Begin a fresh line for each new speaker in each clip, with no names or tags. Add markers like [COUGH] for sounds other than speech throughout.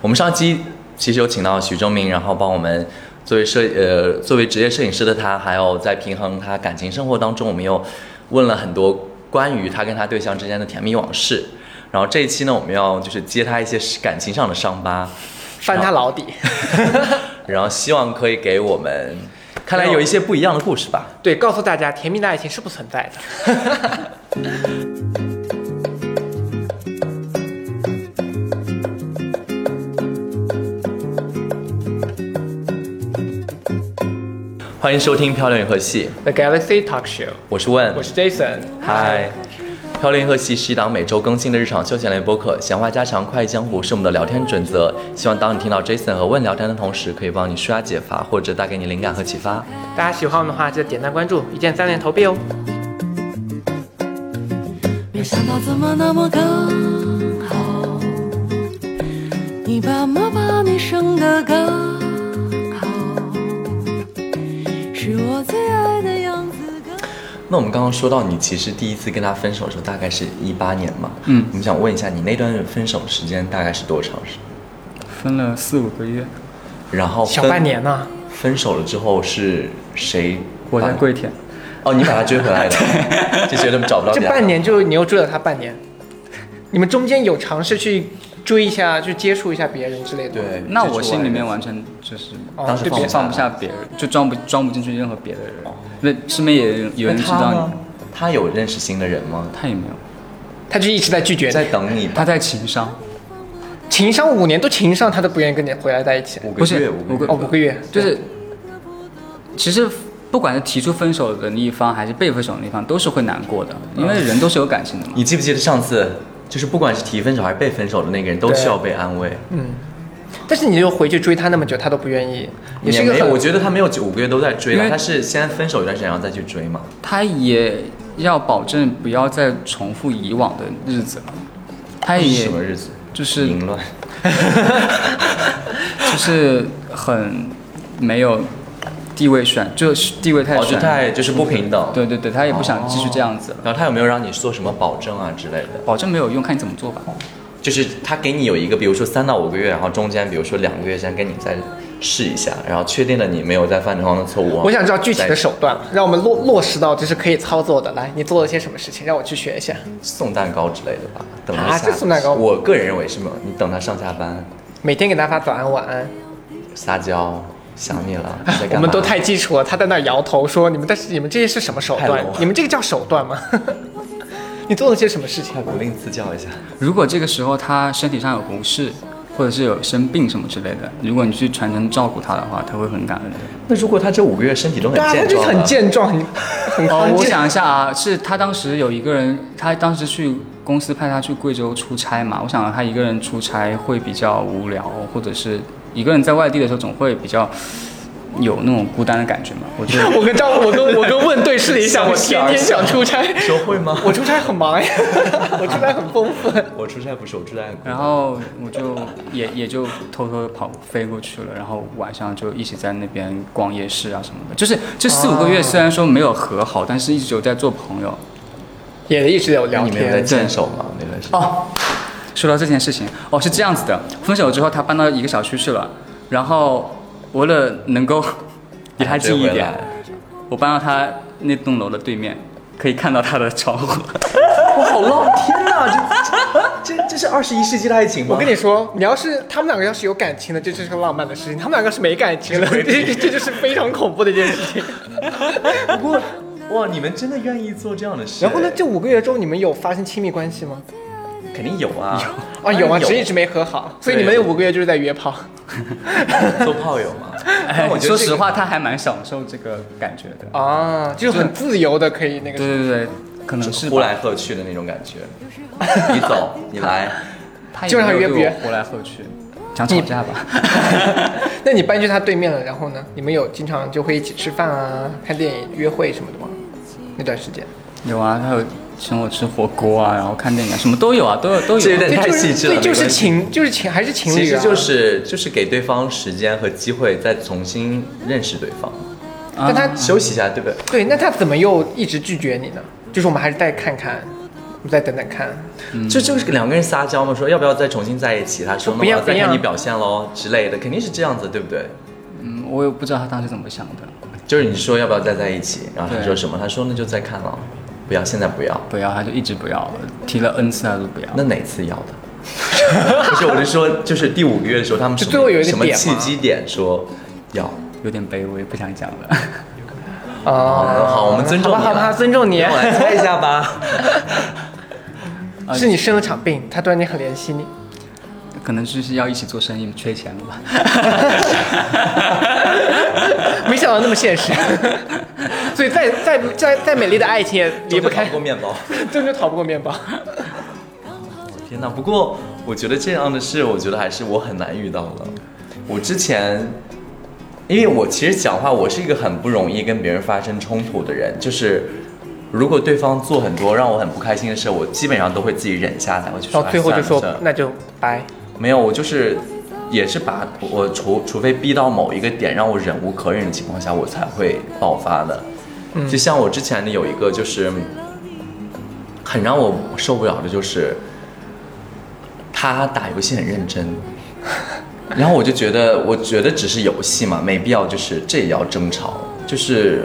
我们上期其实有请到徐忠明，然后帮我们作为摄呃作为职业摄影师的他，还有在平衡他感情生活当中，我们又问了很多关于他跟他对象之间的甜蜜往事。然后这一期呢，我们要就是揭他一些感情上的伤疤，
翻他老底。
然后希望可以给我们，看来有一些不一样的故事吧。
[LAUGHS] 对，告诉大家，甜蜜的爱情是不存在的。
欢迎收听《漂亮银河系》
The Galaxy Talk Show，
我是问，
我是 Jason。
嗨，《漂亮银河系》是一档每周更新的日常休闲类播客，闲话家常、快意江湖是我们的聊天准则。希望当你听到 Jason 和问聊天的同时，可以帮你舒压解乏，或者带给你灵感和启发。
大家喜欢我们的话，记得点赞关注，一键三连投币哦。
没想到怎么那么刚好，你爸妈把你生的刚好，是我最爱的样子刚好。
那我们刚刚说到，你其实第一次跟他分手的时候，大概是一八年嘛？
嗯
我们想问一下，你那段分手时间大概是多长时间？
分了四五个月，
然后
小
分
半年啊呢，
分手了之后是谁把？
我在跪舔，
哦，你把他追回
[LAUGHS]
来的，就觉得找不到
这
家
半年就你又追了他半年，你们中间有尝试去追一下、去接触一下别人之类的吗？
对，
那
这是
我心里面完
的
全就是
哦
当时
对
放
别
放不下别人，就装不装不进去任何别的人。那身边也有有人
哦那
知
他
道
呢？他有认识新的人吗？
你，他也没有，
他就一直在拒绝
在
你，
等你
他在情商，
情商五年都情商，他都不愿意跟你回来在一起。
五
不
个月，
是
五个
个
月。
哦，五个月，
就是其实不管是提出分手的那一方，还是被分手的那一方，都是会难过的，因
嗯
为人都是有感情的嘛。
你记不记得上次，就是不管是提分手还是被分手的那个人，都需要被安慰。
但是你又回去追他那么久，他都不愿意，也是一个
没有，
很
我觉得他没有九五个月都在追
因
了，
为
他是先分手一段时间，然后再去追嘛。
他也要保证不要再重复以往的日子了，他
是
也
什么日子？
就是
淫乱。
就是很没有地位选，就是地位太
哦，
悬
就太就是不平等。。
对对对，他也不想继续这样子了，
然后他有没有让你做什么保证啊之类的？
保证没有用，看你怎么做吧。
就是他给你有一个，比如说三到五个月，然后中间比如说两个月先跟你再试一下，然后确定了你没有再犯同样的错误。啊
我想知道具体的手段，让我们落落实到就是可以操作的。来，你做了些什么事情，让我去学一下。
送蛋糕之类的吧，等他
啊
下。
这送蛋糕
我个人认为是没有，你等他上下班，
每天给他发早安晚安。
撒娇，想你了，你在干嘛
我们都太基础了，他在那儿摇头说：“你们但是你们这些是什么手
太
段
low 了？
你们这个叫手段 [LAUGHS] 吗？”你做了些什么事情
快？不吝赐教一下。
如果这个时候他身体上有不适，或者是有生病什么之类的，如果你去全程照顾他的话，他会很感恩的。
那如果他这五个月身体都很
对啊，他
健
就是
壮，
很，健壮，很很
哦，
很
我
健
想一下啊，是他当时有一个人，他当时去公司派他去贵州出差嘛，我想他一个人出差会比较无聊，或者是一个人在外地的时候总会比较有那种孤单的感觉嘛。我觉得
我跟赵，我跟我跟问对视了一下，我天天想出差，
说会吗？
[LAUGHS] 我出差很忙呀， [LAUGHS] 我出差很丰富。
我出差不是，我出差很
然后我就也也就偷偷地跑飞过去了，然后晚上就一起在那边逛夜市啊什么的。就是这四五个
哦
月虽然说没有和好，但是一直有在做朋友。
也一直有聊
你们有在
天，
牵手吗？那段时间。
哦，说到这件事情，哦是这样子的，分手之后他搬到一个小区去了，然后为了
[LAUGHS]
能够离他近一
追回
点
来，
我搬到他那栋楼的对面，可以看到他的窗户。
我好浪，天哪，这这这是二十一世纪的爱情吗？
我跟你说，你要是他们两个要是有感情的，这就是个浪漫的事情；他们两个是没感情的，这这就是 [LAUGHS] 非常恐怖的一件事情。
不过，哇，你们真的愿意做这样的事？
然后呢，这五个月中你们有发生亲密关系吗？
肯定有啊，
啊，有啊，只是一直没和好，所以你们有五个月就是在约炮。
做炮友嘛。
哎
但我觉得
[LAUGHS] 说
这
实
个，哦
话，他还蛮享受这个感觉的。
啊，就是很自由的，可以那个
对对对，可能是吧
呼来喝去的那种感觉。你走，你来，
他
就让他约不约
呼来喝去，想吵架吧？
[LAUGHS] 那你搬去他对面了，然后呢？你们有经常就会一起吃饭啊、看电影、约会什么的吗？那段时间，
[LAUGHS] 有啊，他有请我吃火锅啊，然后看电影啊，什么都有啊，都有都
这有
有
点。
对，
太
就是
细致了
对，就
没
是
关系
情，就是情，还是情侣、啊，
其实就是就是给对方时间和机会，再重新认识对方，
但他
啊
嗯
休息一下，对不对？
对，那他怎么又一直拒绝你呢？就是我们还是再看看，我们再等等看。
就就是两个人撒娇嘛，说要不要再重新在一起？他说
嗯不要
那我再
不要
看你表现喽之类的，肯定是这样子，对不对？
嗯，我也不知道他当时怎么想的，
就是你说要不要再在一起，然后他
对
说什么？他说那就再看了，不要，现在不要。
不要，他就一直不要，提了 n 次他都不要。
那哪次要
[LAUGHS]
的？不是，我是说，就是第五个月的时候，他们
就
什么
最后有一个
什么
点
契
嘛
机点说
[LAUGHS]
要。
有点卑微，不想讲了。 [LAUGHS]
好，哦好，我们尊重你
嗯好吧，好吧，
了啊
尊重你
那。我来猜一下吧。
是你生了场病，他突然间很怜惜你。
可能就是要一起做生意，缺钱了吧？ [LAUGHS]
[LAUGHS] 没想到那么现实，所以再再再再美丽的爱情也 [LAUGHS] 离不开
中间烤过，面包。
终究逃不过面包。
天哪！不过我觉得这样的事，我觉得还是我很难遇到的。我之前，因为我其实讲话，我是一个很不容易跟别人发生冲突的人，就是。如果对方做很多让我很不开心的事，我基本上都会自己忍下来，我就说
然后最后就
哎
说
算了算了
那就拜。
没有，我就是也是把我除除非逼到某一个点让我忍无可忍的情况下，我才会爆发的。就像我之前的有一个就是很让我受不了的，就是他打游戏很认真。然后我就觉得，我觉得只是游戏嘛，没必要就是这也要争吵，就是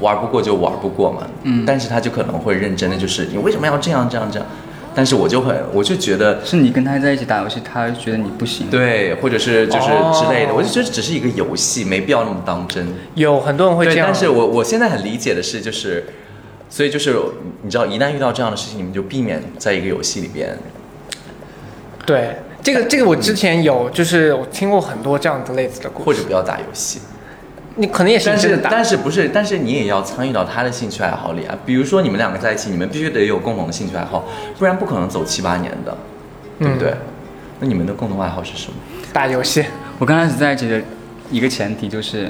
玩不过就玩不过嘛。嗯，但是他就可能会认真的，就是你为什么要这样这样这样？但是我就很，我就觉得
是你跟他在一起打游戏，他觉得你不行。，
对，或者是就是
哦
之类的，我就觉得只是一个游戏，没必要那么当真。
有很多人会这
对，
样，
但是我我现在很理解的是，就是，所以就是你知道，一旦遇到这样的事情，你们就避免在一个游戏里边。
对这个这个我之前有，就是我听过很多这样的类似的故
或
事，
者不要打游戏，
你可能也是
但
真
是
的打，
但是不是？但是你也要参与到他的兴趣爱好里啊。比如说你们两个在一起，你们必须得有共同的兴趣爱好，不然不可能走七八年的，对不对？
嗯
那你们的共同爱好是什么？
打游戏，
我刚开始在一起的一个前提就是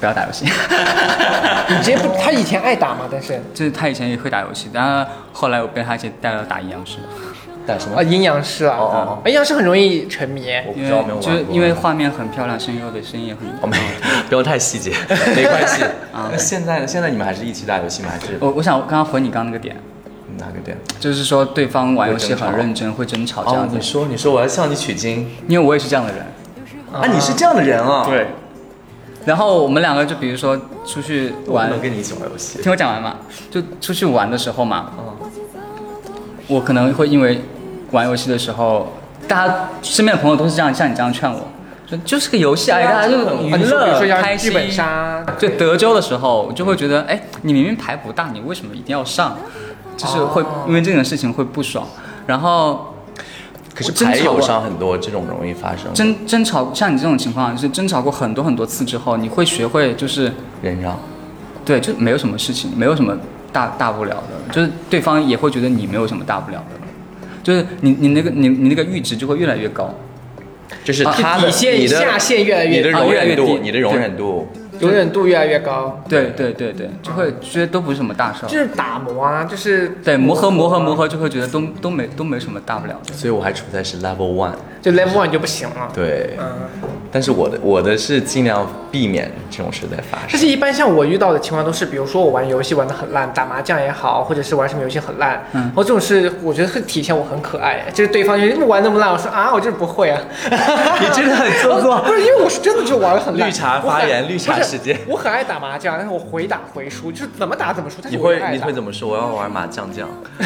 不要打游戏， [LAUGHS]
你直接不，他以前爱打嘛，但是
就是他以前也会打游戏，但后来我被他一起带到打阴阳师，
打什么？
啊阴阳师啊，
哦哦
啊阴阳师很容易沉迷，
我不
因
知道，没有
为
玩
就是
过
因为画面很漂亮，声优的声音也很
哦，没，不要太细节，没关系。啊，现在呢？现在你们还是一起打游戏吗？还是
我我想刚刚回你刚刚那个点，
哪个点？
就是说对方玩游戏
会
很
争吵
认真，会争哦吵这样子
哦你，说，你说我要向你取经
因为我也是这样的人。
啊！你是这样的人啊？，
对。然后我们两个就比如说出去
我不
玩，
能跟你一起玩游戏。
听我讲完嘛，就出去玩的时候嘛，
嗯
我可能会因为玩游戏的时候，大家身边的朋友都是这样，像你这样劝我，就就是个游戏啊，
对啊
大家
这
就
个很
娱
啊你说比如
乐
说要
开
剧
心。
本杀，
就德州的时候，我就会觉得，哎，你明明牌不大，你为什么一定要上？就是会
哦
因为这种事情会不爽，然后
可是
我真
牌
吵啊
友
过
上很多这种容易发生
争争吵，像你这种情况，就是争吵过很多很多次之后，你会学会就是
忍让。
对，就没有什么事情，没有什么大大不了的，就是对方也会觉得你没有什么大不了的，就是你你那个你你那个阈值就会越来越高，
就是
啊
他
就
的
底线
你的
下限越来越
你的
啊
容
越来
忍
越
度，
低
你的容忍度，
容忍度越来越高，
对对对对，就会觉得都不是什么大事
就是
儿，
嗯打磨啊，就是
对，磨合磨合磨合就会觉得都都没都没什么大不了
[LAUGHS]
的，
所以我还处在是 level one。
就 level one 就不行了。
对，
嗯，
但是我的我的是尽量避免这种事在发
但 [LAUGHS]
生。
是，一般像我遇到的情况都是，比如说我玩游戏玩的很烂，打麻将也好，或者是玩什么游戏很烂，
嗯
然后这种事我觉得会体现我很可爱，就是对方就是你玩那么烂，我说啊，我就是不会啊，
[LAUGHS] 你真的很做作
[LAUGHS] 不是因为我是真的就玩的很烂。
绿茶发言
我很
绿茶
不是
时间
我很爱打麻将，但是我回打回输，就是怎么打怎么输，
[LAUGHS]
但
你
是我
会
就爱
你
打
会怎么说？我要玩麻将这样，
[LAUGHS]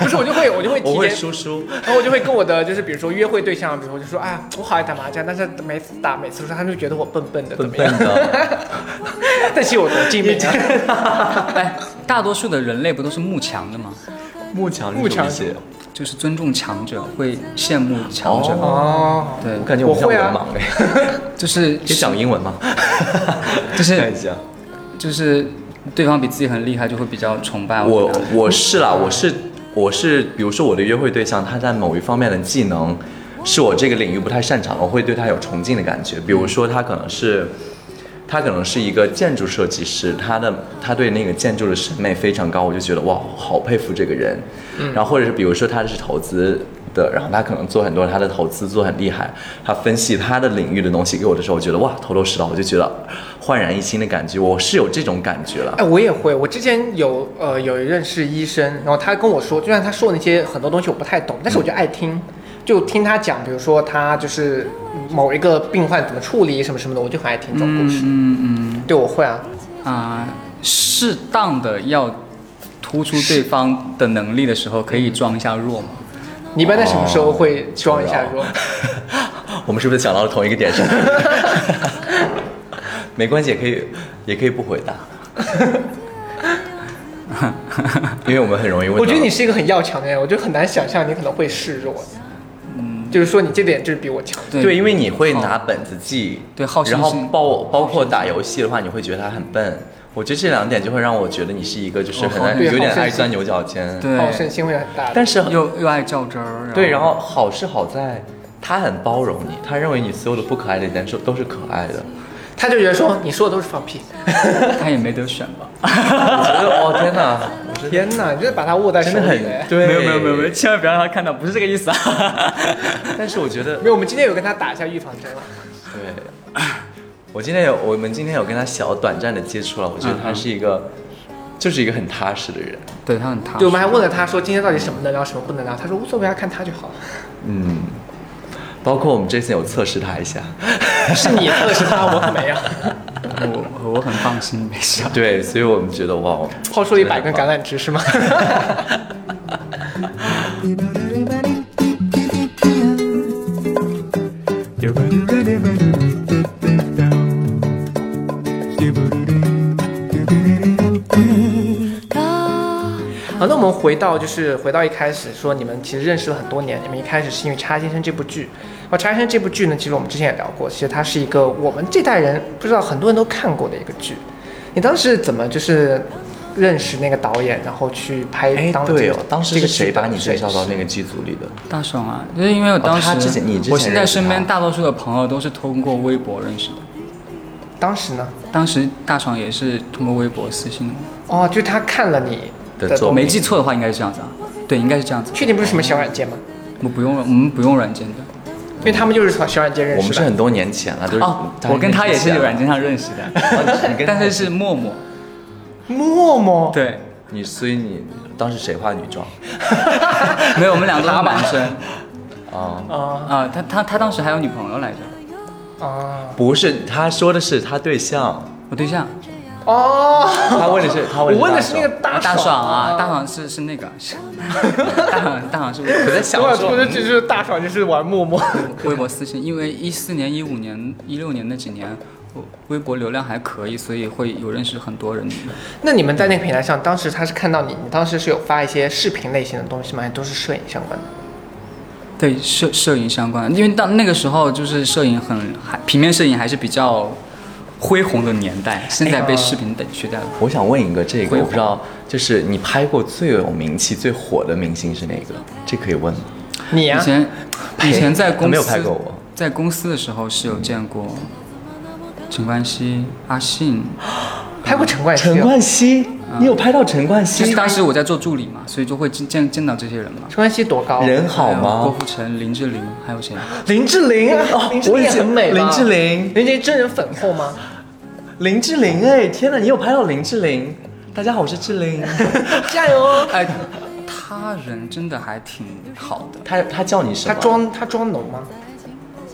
不是我就会我就会提
我会
前
输输。
然后我就会跟我的就是比如说约会对象，比如我就说，哎呀，我好爱打麻将，但是每次打每次输，他们就觉得我笨笨的，
笨
怎么样？
笨的，
[LAUGHS] 但其实我多精明 [LAUGHS] 啊，
哎，大多数的人类不都是慕强的吗？
慕强
慕
是什么
强
意思？
就是尊重强者，会羡慕强者，
哦
哦，
对
我，感觉我们像
我会
文
啊
盲哎，
就是
可以讲英文吗？
就是
看一下。
就是对方比自己很厉害，就会比较崇拜啊
我
觉得
我是啦，我是我是，比如说我的约会对象，他在某一方面的技能是我这个领域不太擅长的，我会对他有崇敬的感觉。比如说他可能是。他可能是一个建筑设计师，他的他对那个建筑的
嗯
审美非常高，我就觉得哇，好佩服这个人。然后或者是比如说他是投资的，然后他可能做很多他的投资做很厉害，他分析他的领域的东西给我的时候，我觉得哇头头是道，我就觉得焕然一新的感觉，我是有这种感觉了
哎，。我也会。我之前有呃有认识医生，然后他跟我说，就算他说那些很多东西我不太懂，但是我就爱听，就听他讲，比如说他就是某一个病患怎么处理什么什么的，我就很爱听这种故事。
嗯嗯
对，我会啊。
啊、适当的要突出对方的能力的时候，可以装一下弱嘛。
你一般在什么时候会装一下
哦
说？
我们是不是讲到了同一个点上？ [LAUGHS] 没关系，也可以，也可以不回答，因为我们很容易问到。
我觉得你是一个很要强的人，我就很难想象你可能会示弱。嗯，就是说你这点就是比我强。
对，因为你会拿本子记，
对好胜
然后
心
包包括打游戏的话，你会觉得他很笨。我觉得这两点就会让我觉得你是一个就是
哦
很
好
爱
对
有点
好胜
爱
心
钻牛角尖。
对
好胜心会很大的。
但是
又又爱较真儿。
对，然后好是好在他很包容你，他认为你所有的不可爱的人都都是可爱的。
他就觉得说你说的都是放屁。
他也没得选 [LAUGHS] 吧？
我觉得哦天哪，我真的
天哪，你就是把他握在
真
手
的
里。
很对，
没有没有没有没有，。千万不要让他看到，不是这个意思啊。
但是我觉得
没有，我们今天有跟他打一下预防针啊了。
对， [COUGHS] 我今天有我们今天有跟他小短暂的接触了，我觉得他是一个就是一个很踏实的人。
[LAUGHS] 对他很
啊
踏实。
对，我们还问了他说今天到底什么能聊，什么不能聊。他说无所谓啊，看他就好。 [LAUGHS]
嗯，包括我们这次有测试他一下，
是你测试他，我可没有。 [LAUGHS]
我我很放心，没事。
对，所以我们觉得哇，哦
抛出了一百根橄榄枝是吗？ [LAUGHS]
高。
好，那我们回到就是回到一开始说你们其实认识了很多年，你们一开始是因为《叉先生》这部剧。然后《叉先生》这部剧呢，其实我们之前也聊过，其实它是一个我们这代人不知道很多人都看过的一个剧。你当时怎么就是认识那个导演，然后去拍
哎
当了这
对
个
哦，当时
这
是
个
谁
剧的
把你介绍到
摄
那
影
个剧组里的？
大爽啊，就是因为我当时，
哦他之前你之前
我现在
认识他
身边大多数的朋友都是通过微博认识的。
师？当时呢？
当时大爽也是通过微博私信我，
哦，就是他看了你
的
的
作
我
东
品
没记错的话应该是这样子啊。对，应该是这样子。
确定不是什么小软件吗？
我不用，我们不用软件的。
因为他们就是从小软件认
我
识
们是
的。
很多年前了，都是
哦，我跟他也是软件上认识的，
件，你 [LAUGHS] 跟他
但是是陌陌。
默默，
对，
你，所以你当时谁化女装？
没有，我们俩都是男生。
啊，
啊
啊，他他他当时还有女朋友来着，
啊
不是，他说的是他对象，
我对象
哦！
他问的是他
我
问
问的
的
是那个
大
大
大爽啊，大
爽。
爽是是那个，是大爽大爽是
爽，我在想
我说的只
说，
是大爽，就是玩陌陌。
微博私信，因为一四年、一五年、一六年那几年，我微博流量还可以，所以会有认识很多人。
[LAUGHS] 那你们在那个平台上，当时他是看到你，你当时是有发一些视频类型的东西吗？还都是摄影相关的？
对摄摄影相关的，因为到那个时候就是摄影很还平面摄影还是比较恢宏的年代，现在被视频等取代了。
我想问一个，这个
辉煌
我不知道，就是你拍过最有名气、最火的明星是哪个？这可以问吗？
你啊呀
以、
[LAUGHS]
前以前在
哎他
公
没有
司
拍过我
在公司的时候是有见过陈冠希、阿信，
啊
拍过陈冠希、
陈
啊？
冠希，你有拍到陈冠
其
希
实？当时我在做助理嘛，所以就会见见见到这些人嘛。
陈冠希多高？
人好
还有郭
哦
吗？
富城、林志玲，还有谁？ [LAUGHS]
林志玲啊，林志
我
玲
以
也
前
很美吧
林志，玲，
林志玲真人粉后吗？ [LAUGHS]
林志玲，哎，天哪，你有拍到林志玲？大家好，我是志
[LAUGHS]
玲。
加油哦！
哎，他人真的还挺好的。
他他叫你什么？
他装他装聋吗？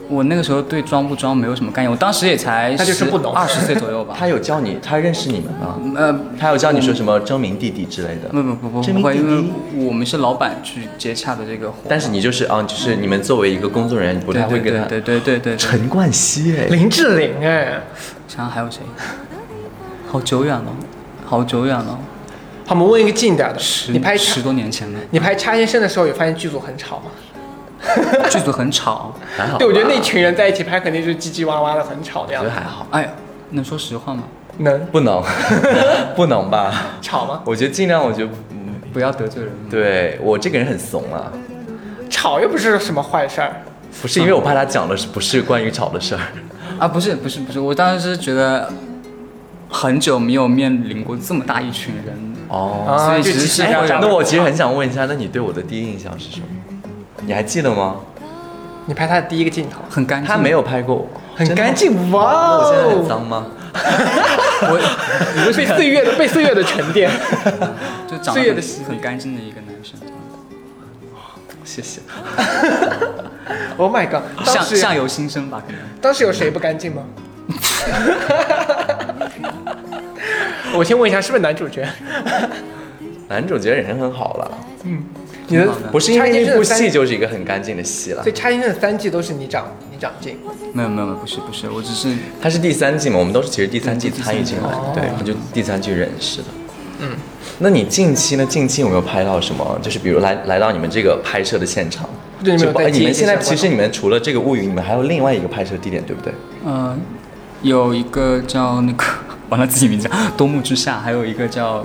我那个时候对装不装没有什么概念，我当时也才
他就是不懂
二十20岁左右吧。
他有叫你，他认识你们吗？
嗯
呃，
他有叫你说什么征名弟弟之类的？
不不不不
知
不
名
会，
弟
因为
弟
我们是老板去接洽的这个活。
但是你就是啊，就是你们作为一个工作人员，你不
对
太
对
会
对
跟他。
对对对对，对
陈冠希哎，
林志玲哎，
想想还有谁？ [LAUGHS] 好久远了，好久远了，
好，我们问一个近点的，
十
你拍
十多年前了。
你拍《叉先生》的时候，有发现剧组很吵吗？
剧组很吵， [LAUGHS]
还好吧。
对，我觉得那群人在一起拍，肯定是叽叽哇哇的，很吵的
我
样
觉得
子。
还好，
哎，能说实话吗？
能
不能 [LAUGHS] 不能吧？
吵吗？
我觉得尽量，我觉得嗯，
不要得罪人。
对我这个人很怂啊，
吵又不是什么坏事儿。
不是因为我怕他讲的是不是关于吵的事儿。
啊，不是不是不是，我当时是觉得很久没有面临过这么大一群人，
哦
啊
所以
就
其实
其实
是
这样
会
长
有
得
那我其实很想问一下，那你对我的第一印象是什么？你还记得吗？
你拍他的第一个镜头，
很干净。
他没有拍过我，
很
真的
干
吗。
净，哇
那我现在很
哦！
脏吗？
我，你为什
被
么
岁
[LAUGHS]
月的被岁月的沉淀，
就长得
岁月的洗
很很干净的一个男生，
谢谢。
Oh my god！当
相
时
相由心生吧，可能。
当时有谁不干
[LAUGHS]
净吗？我先问一下，是不是男主角？
男主角人很好了，
你的
挺好的
不是因
插
为
件
那部
是三
戏就是一个很干净的戏了
所以。《插先生》的三季都是你长你长进，
没有没有没有，不是不是，我只是
它是第三季嘛，我们都是其嗯实第三季参与进来
哦，
对，我就第三季认识的。嗯，那你近期呢？近期有没有拍到什么？就是比如来来到你们这个拍摄的现场，
对你们有
就包
在
哎
接
你们
一些
现在
相关
其实
的
你们除了这个物语，你们还有另外一个拍摄地点，对不对？
呃，有一个叫那个 [LAUGHS] 完了自己名字，多目之下，还有一个叫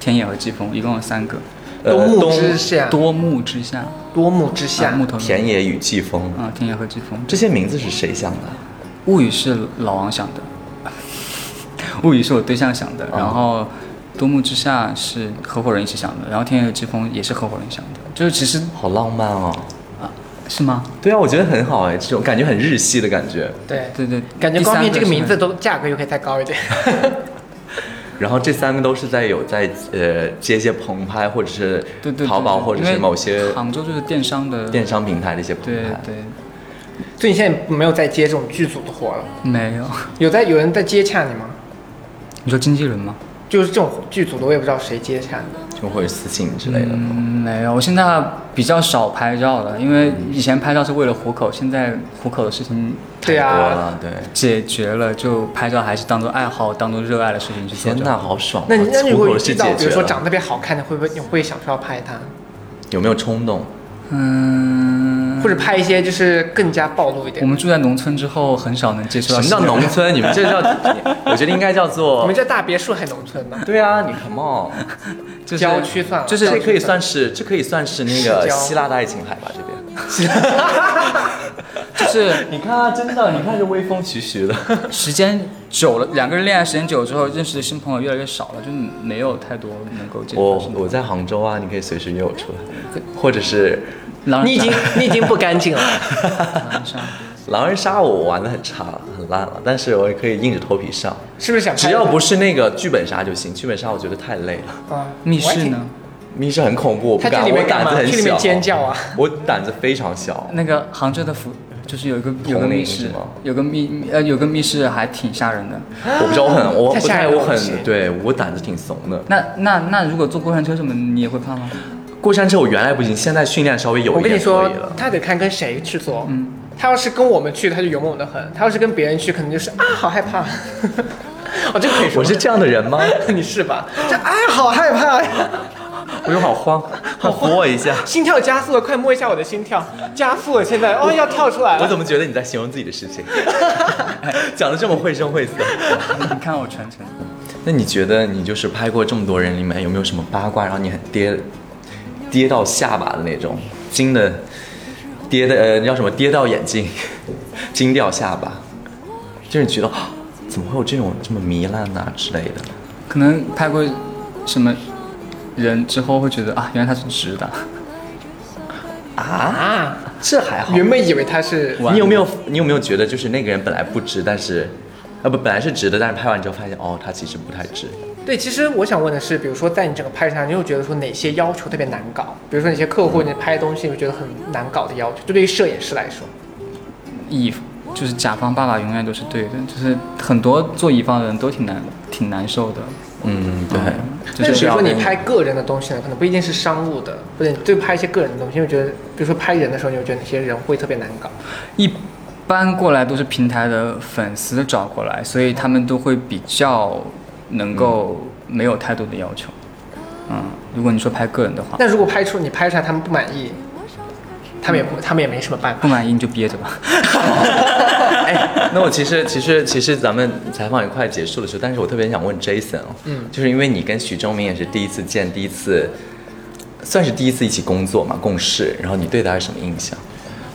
天野和季风，一共有三个。
呃
多目
东
之下，
多目之下，
多目之下
啊、木头人
田野与季风，
啊，天野和季风。
这些名字是谁想的？
物语是老王想的， [LAUGHS] 物语是我对象想的，
哦
然后多目之下是合伙人一起想的，然后天野和季风也是合伙人想的，就是其实
好浪漫哦！
啊，是吗？
对啊，我觉得很好哎，这种感觉很日系的感觉。
对
对对，
感觉
第三
光凭这个
是
名字都价格又可以再高一点。 [LAUGHS]
然后这三个都是在有在呃接一些棚拍，或者是
对对对
淘宝，
对
或者
因
是
为
某些
杭州就是电商的，
电商平台的一些棚
对
拍。
对，
所以你现在没有在接这种剧组的活了，
嗯
没有。
有在有人在接洽你吗？
你说经纪人吗？
就是这种剧组的，我也不知道谁接洽你。
就会私信之类的。
嗯，没有，我现在比较少拍照了，因为以前拍照是为了糊口，现在糊口的事情
对
太多
啊，
了，对。
解决了，就拍照还是当做爱好、当做热爱的事情去做
天
就
呐，
好。
好爽啊！
那你那你
出
会
口是解
遇到，
决
比如说
了
长得特别好看的，会不会你会想说要拍他，
有没有冲动？
嗯，
或者拍一些就是更加暴露一点
我？们住在农村之后，很少能接
什
触
啊
么
到
叫
世界
农村？你们这
[LAUGHS]
叫，我觉得应该叫
我
做
们。这大别墅还农村呢，
对啊，你 come on，
就是
郊区算了，
就是
郊
这
区
可以算是这可以算是那个
市郊
希腊的爱情海吧？这边，
[LAUGHS] 就是
你看啊，真的，你看这微风徐徐的，
时间久了，两个人恋爱时间久了之后，认识的新朋友越来越少了，就没有太多能够接触
我
到新朋友。
我在杭州啊，你可以随时约我出来，或者是
狼
你已
人
经
杀，
你已经不干净了。
狼人杀，
狼人杀， [LAUGHS] 我玩的很差了，很烂了，但是我也可以硬着头皮上，
是不是想拍
只要不是那个剧本杀就行，剧本杀我觉得太累了，
啊
密室呢？？
密室很恐怖，我
他
不
这
敢，
里
我
面干
胆
嘛
子很
去里面
小，
尖叫啊！
我胆子非常小，
那个杭州的福，就是有一个有个
铜陵
密
是
室
吗，
有个密呃有个密室还挺吓人的。
我不知道，我很我
太
不
啊吓
太
人了
我
不行
很对我胆子挺怂的。
那那那如果坐过山车什么，你也会怕吗？ [LAUGHS]
过山车我原来不行，现在训练稍微有
我
一
跟你
点可
说
以了，。
他得看跟谁去做。嗯，他要是跟我们去，他就勇猛的很；他要是跟别人去，可能就是啊，好害怕。 [LAUGHS] 我这个可以说，
我是这样的人
[LAUGHS]
吗？
你是吧？这啊，好害怕 [LAUGHS] 呀！
我又好慌，快扶我一下。
心跳加速了，快摸一下我的心跳，加速了，现在哦要跳出来
我
了。
怎么觉得你在形容自己的事情？ [LAUGHS] 讲的这么绘声绘色。
你看我全程，
那你觉得你就是拍过这么多人里面，有没有什么八卦，然后你很跌跌到下巴的那种，惊的跌的呃叫什么？跌到眼镜， [LAUGHS] 惊掉下巴，就是你觉得、啊怎么会有这种这么糜烂啊之类的？
可能拍过什么人之后会觉得啊，原来他是直的。
啊？
这还好。
原本以为他是
玩
你有没有你有没有觉得就是那个人本来不直，但是，啊不本来是直的，但是拍完之后发现哦，他其实不太直。
对，其实我想问的是，比如说在你整个拍摄上，你有觉得说哪些要求特别难搞？比如说哪些客户你拍东西，你觉得很难搞的要求？就对于摄影师来说，
乙就是甲方爸爸永远都是对的，就是很多做乙方的人都挺难挺难受的。
嗯，对。
就
那
是
比
不
如
要
说你
跟
拍个人的东西呢，可能不一定是商务的，不是对拍一些个人的东西，因为觉得，比如说拍人的时候，你会觉得哪些人会特别难搞？
一般过来都是平台的粉丝找过来，所以他们都会比较能够
嗯
没有太多的要求。嗯，如果你说拍个人的话，
那如果拍出你拍出来他们不满意，他们也不，他们也没什么办法。
不满意你就憋着吧。
哎， [LAUGHS] 那我其实其实其实咱们采访也快结束的时候，但是我特别想问 Jason 哦，嗯，就是因为你跟许正明也是第一次见，第一次，算是第一次一起工作嘛，共事，然后你对他有什么印象？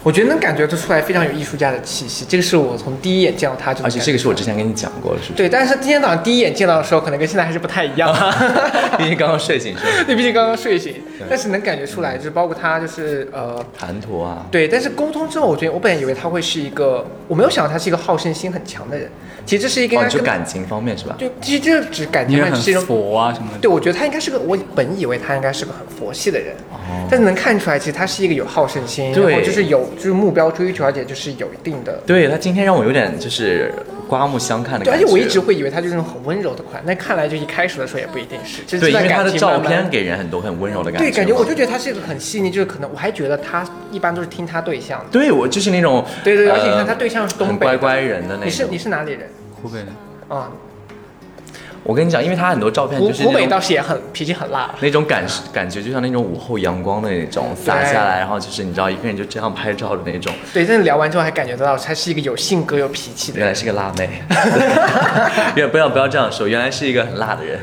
我觉得能感觉得出来非常有艺术家的气息，这个是我从第一眼见到他就能
而且这个
感觉
是我之前跟你讲过的，是不是？
对，但是今天早上第一眼见到的时候，可能跟现在还是不太
[LAUGHS]
一样。 [LAUGHS]
毕竟刚刚睡醒是吧？
你毕竟刚刚睡醒，但是能感觉出来，就是包括他就是呃，
谈吐啊，
对，但是沟通之后，我觉得我本来以为他会是一个，我没有想到他是一个好胜心很强的人。其实这是一个应
哦，
该
就
跟
感情方面是吧？
就其实这只感
你
情
也
上
很
是一种
佛啊什么的。
对，我觉得他应该是个，我本以为他应该是个很佛系的人，但是能看出来，其实他是一个有好胜心，
哦对
然后就是有就是目标追求，而且就是有一定的。
对他今天让我有点就是刮目相看的
对，
感
而
觉。
且我一直会以为他就是那种很温柔的款，但看来就一开始的时候也不一定是。就是
对，
这
因
段
为他的
感情
照
慢慢
片给人很多很温柔的感觉嘛。
对，感觉我就觉得他是一个很细腻，就是可能我还觉得他一般都是听他对象的。
对我就是那种
对对，对
呃
而且你看他对象是东
很
北
乖
的，
乖人的那种。
你是你是哪里人
湖北的，
啊？
我跟你讲，因为他很多照片
湖
就是
湖
那
北
种
倒是也很脾气很辣，
那种感感觉，就像那种午后阳光的那种洒下来，然后就是你知道一个人就这样拍照的那种。
对，真的聊完之后还感觉得到他是一个有性格有脾气的
原来
人，
是个辣 [LAUGHS] 妹，也不要不要这样说，原来是一个很辣的 [LAUGHS] 人，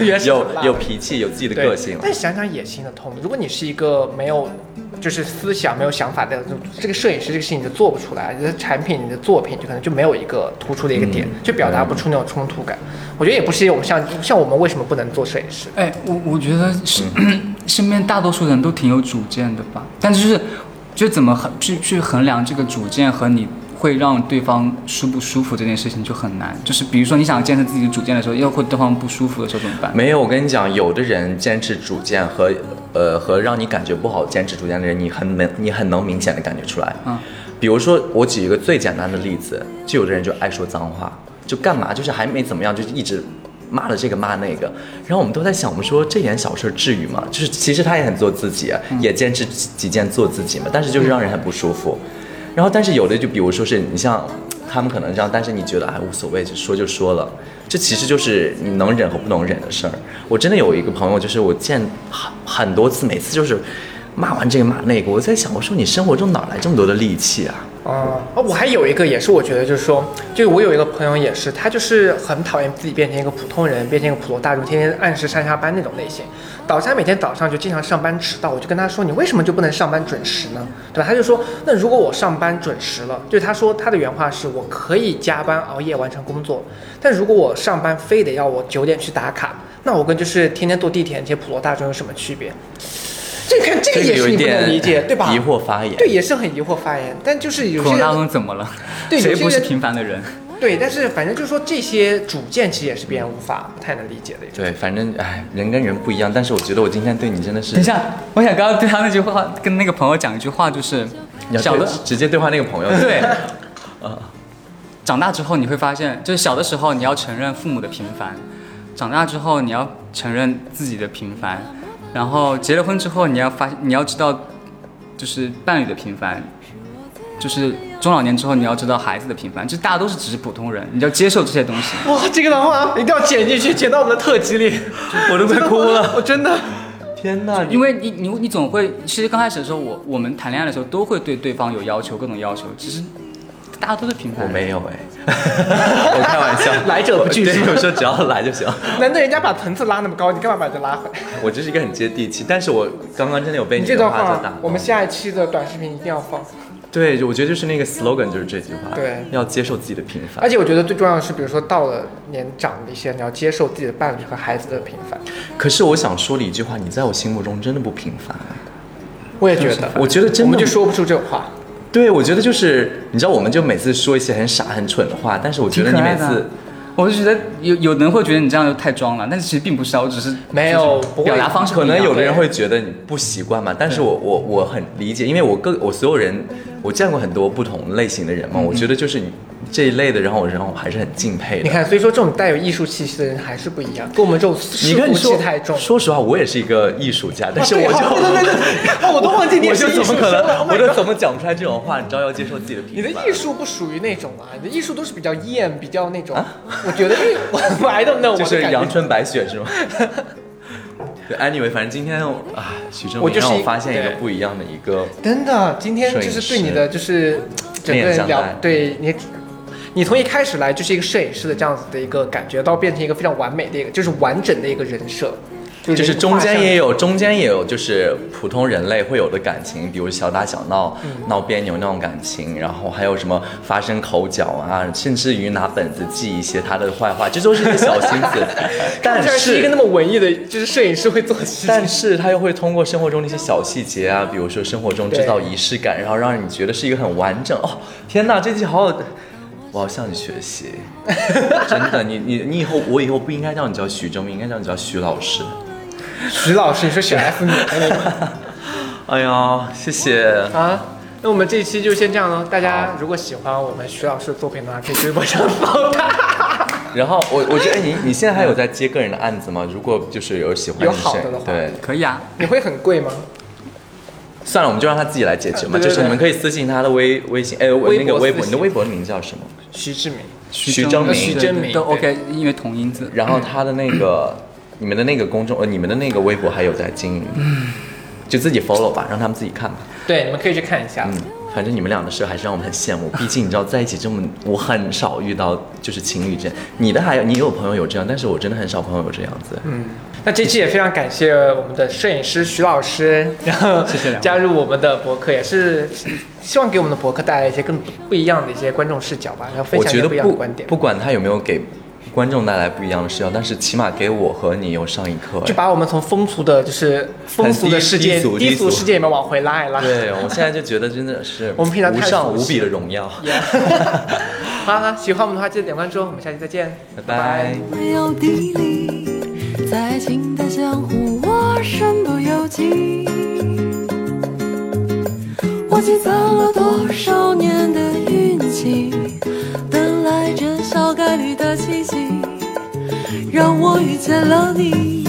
原来是
有
很辣的
有脾气，有自己的
对
个性。
但想想也行得通。如果你是一个没有就是思想没有想法的这个摄影师，这个事情你就做不出来，你的产品你的作品就可能就没有一个突出的一个
嗯
点，就表达不出那种冲突感。我觉得也不是我们像像我们为什么不能做摄影师？
哎，我我觉得是、
嗯
[CLEARS THROAT] 身边大多数人都挺有主见的吧，但就是就怎么衡去去衡量这个主见和你会让对方舒不舒服这件事情就很难。就是比如说你想坚持自己的主见的时候，要会对方不舒服的时候怎么办？
没有，我跟你讲，有的人坚持主见和呃和让你感觉不好坚持主见的人，你很能你很能明显的感觉出来。
嗯，
比如说我举一个最简单的例子，就有的人就爱说脏话，就干嘛就是还没怎么样，就一直。骂了这个骂那个，然后我们都在想，我们说这点小事儿至于吗？就是其实他也很做自己，啊也坚持己己见做自己嘛，但是就是让人很不舒服。然后，但是有的就比如说是你像他们可能这样，但是你觉得哎无所谓，就说就说了，这其实就是你能忍和不能忍的事儿。我真的有一个朋友，就是我见很很多次，每次就是骂完这个骂那个，我在想，我说你生活中哪来这么多的力气啊？
哦，哦我还有一个也是，我觉得就是说，就是我有一个朋友也是，他就是很讨厌自己变成一个普通人，变成一个普罗大众，天天按时上下班那种类型，导致他每天早上就经常上班迟到。我就跟他说，你为什么就不能上班准时呢？对吧？他就说，那如果我上班准时了，就是他说他的原话是我可以加班熬夜完成工作，但如果我上班非得要我九点去打卡，那我跟就是天天坐地铁那些普罗大众有什么区别？这看这个也
有
是
一
你不能
点
理解，对吧？
疑惑发言。
对，也是很疑惑发言，但就是有
普
些
罗大
人
众怎么了？ [LAUGHS]
对有
谁
些
不是
人
平凡的人？
对，但是反正就是说这些主见其实也是别人无法不太能理解的一个。
对，反正哎，人跟人不一样，但是我觉得我今天对你真的是，
等一下，我想刚刚对他那句话，跟那个朋友讲一句话，就是
你要
小的
对直接对话那个
[LAUGHS]
朋友，
对，长大之后你会发现，就是小的时候你要承认父母的平凡，长大之后你要承认自己的平凡，然后结了婚之后你要发你要知道，就是伴侣的平凡，就是中老年之后你要知道孩子的平凡，就大家都是只是普通人，你要接受这些东西。
哇，这个的话一定要剪进去，剪到我们的特辑里，
我都快哭了，
[LAUGHS] 我真的。
天哪！
因为你你你总会，其实刚开始的时候，我我们谈恋爱的时候都会对对方有要求，各种要求。其实大家都是平凡
我
人。
没有
[LAUGHS]
哎，我开玩笑，
来者不拒
我对 [LAUGHS]
是吧
我说只要来就行。
难得人家把层次拉那么高，你干嘛把这拉
[LAUGHS]
回来？
我就是一个很接地气，但是我刚刚真的有被
你
你
这
的
段
话所打
话
动，
我们下一期的短视频一定要放。
对，就我觉得就是那个 slogan 就是这句话，
对
要接受自己的平凡
而。且我觉得最重要的是，比如说到了年长的一些，你要接受自己的伴侣和孩子的平凡。
可是我想说的一句话，你在我心目中真的不平凡。啊
我也觉得，
我觉得真的
我们就说不出这种话。
对，我觉得就是你知道，我们就每次说一些很傻很蠢的话，但是我觉
挺
得
可
你
爱
每
的啊
次，
我就觉得有有人会觉得你这样就太装了，但是其实并不是啊，我只是
没有
就是
不会
表达方式不
可
一样
能有的人会觉得你不习惯嘛，但是我我我很理解，因为我各我所有人，我见过很多不同类型的人嘛，我觉得就是你这一类的，然后我然后我还是很敬佩的。
嗯你看，所以说这种带有艺术气息的人还是不一样，跟我们这种
你
世
跟你
俗气
说
太重。
说实话，我也是一个艺术家，但是
对
我
啊
就、
好对对对
[LAUGHS]
对，哦我都忘记你也
我
是
就
艺术
怎么
生
可
了
能，
Oh my
我就
god
怎么讲不出来这种话？你知道要接受自己的平凡。
你的艺术不属于那种啊，你的艺术都是比较艳，比较那种。我觉得这我我 I don't know，
啊就是
我的
阳
感觉。
春白雪是吗？ [LAUGHS] 对，anyway，反正今天啊，许正
我
明
就是
让我
一
发现一个
对
不一样的一个，
真的，今天就是对你的就是整个
面向
人聊
来，
对你，你从一开始来就是一个摄影师的这样子的一个感觉，到变成一个非常完美的一个，就是完整的一个人设。对
就是
人
中
画
间
上
也有，中间也有，就是普通人类会有的感情，比如小打小闹、
嗯
闹别扭那种感情，然后还有什么发生口角啊，甚至于拿本子记一些他的坏话，这都是一些小心
[LAUGHS]
思。但
这是一个那
是，
么文艺的，就是摄影师会做的事
但
情。
是他又会通过生活中的一些小细节啊，比如说生活中制造仪式感，然后让你觉得是一个很完整。哦，天哪，这集好好。我好向你学习，
[LAUGHS]
真的，你你你以后我以后不应该叫你叫徐峥，应该叫你叫徐老师。
徐老师，你
[LAUGHS]
说选 F 女的那个
哎呀，谢谢。
啊？那我们这一期就先这样喽。大家如果喜欢我们徐老师的作品的话，可以去微博 [LAUGHS] 上follow 他。
然后我我觉得哎你你现在还有在接个人的案子吗？如果就是有喜欢
有
你
好
谁
的的话
对，
可以啊，
你会很贵吗？
算了，我们就让他自己来解决嘛。
对对
就是
对
你们可以私信他的微微信，哎，我
微
那个
博
微
私
博，
信
你的微博的名字叫什么？
徐志明，
徐峥
明，
明
对
徐峥明
都
对
OK，因为同音字。
然后他的那
[CLEARS THROAT]
个你们的那个公众呃你们的那个微博还有在经营吗，就自己 follow 吧，让他们自己看吧。
对，你们可以去看一下。
嗯，反正你们俩的事还是让我们很
[LAUGHS]
羡慕，毕竟你知道在一起这么，我很少遇到就是情侣之间，你的还有你有朋友有这样，但是我真的很少朋友有这样子。
那这期也非常感谢我们的摄影师徐老师，然后
谢谢两位
加入我们的博客，也是希望给我们的博客带来一些更不一样的一些观众视角吧，然后分
我
享
觉
一些
得
不一样的观点
不，管他有没有给观众带来不一样的视角，但是起码给我和你有上一课。
就
哎
把我们从风俗的，就是风俗的世界、
很低低俗低俗
世界里面往回拉一拉。
对，我现在就觉得真的是
我们平常
无
太
上
熟
无
悉
比的荣耀。
好了，喜欢我们的话记得点关注，我们下期再见，
拜拜。
没有地理，在爱情的江湖，我身不由己。我积攒了多少年的运气，等来这小概率的奇迹，让我遇见了你。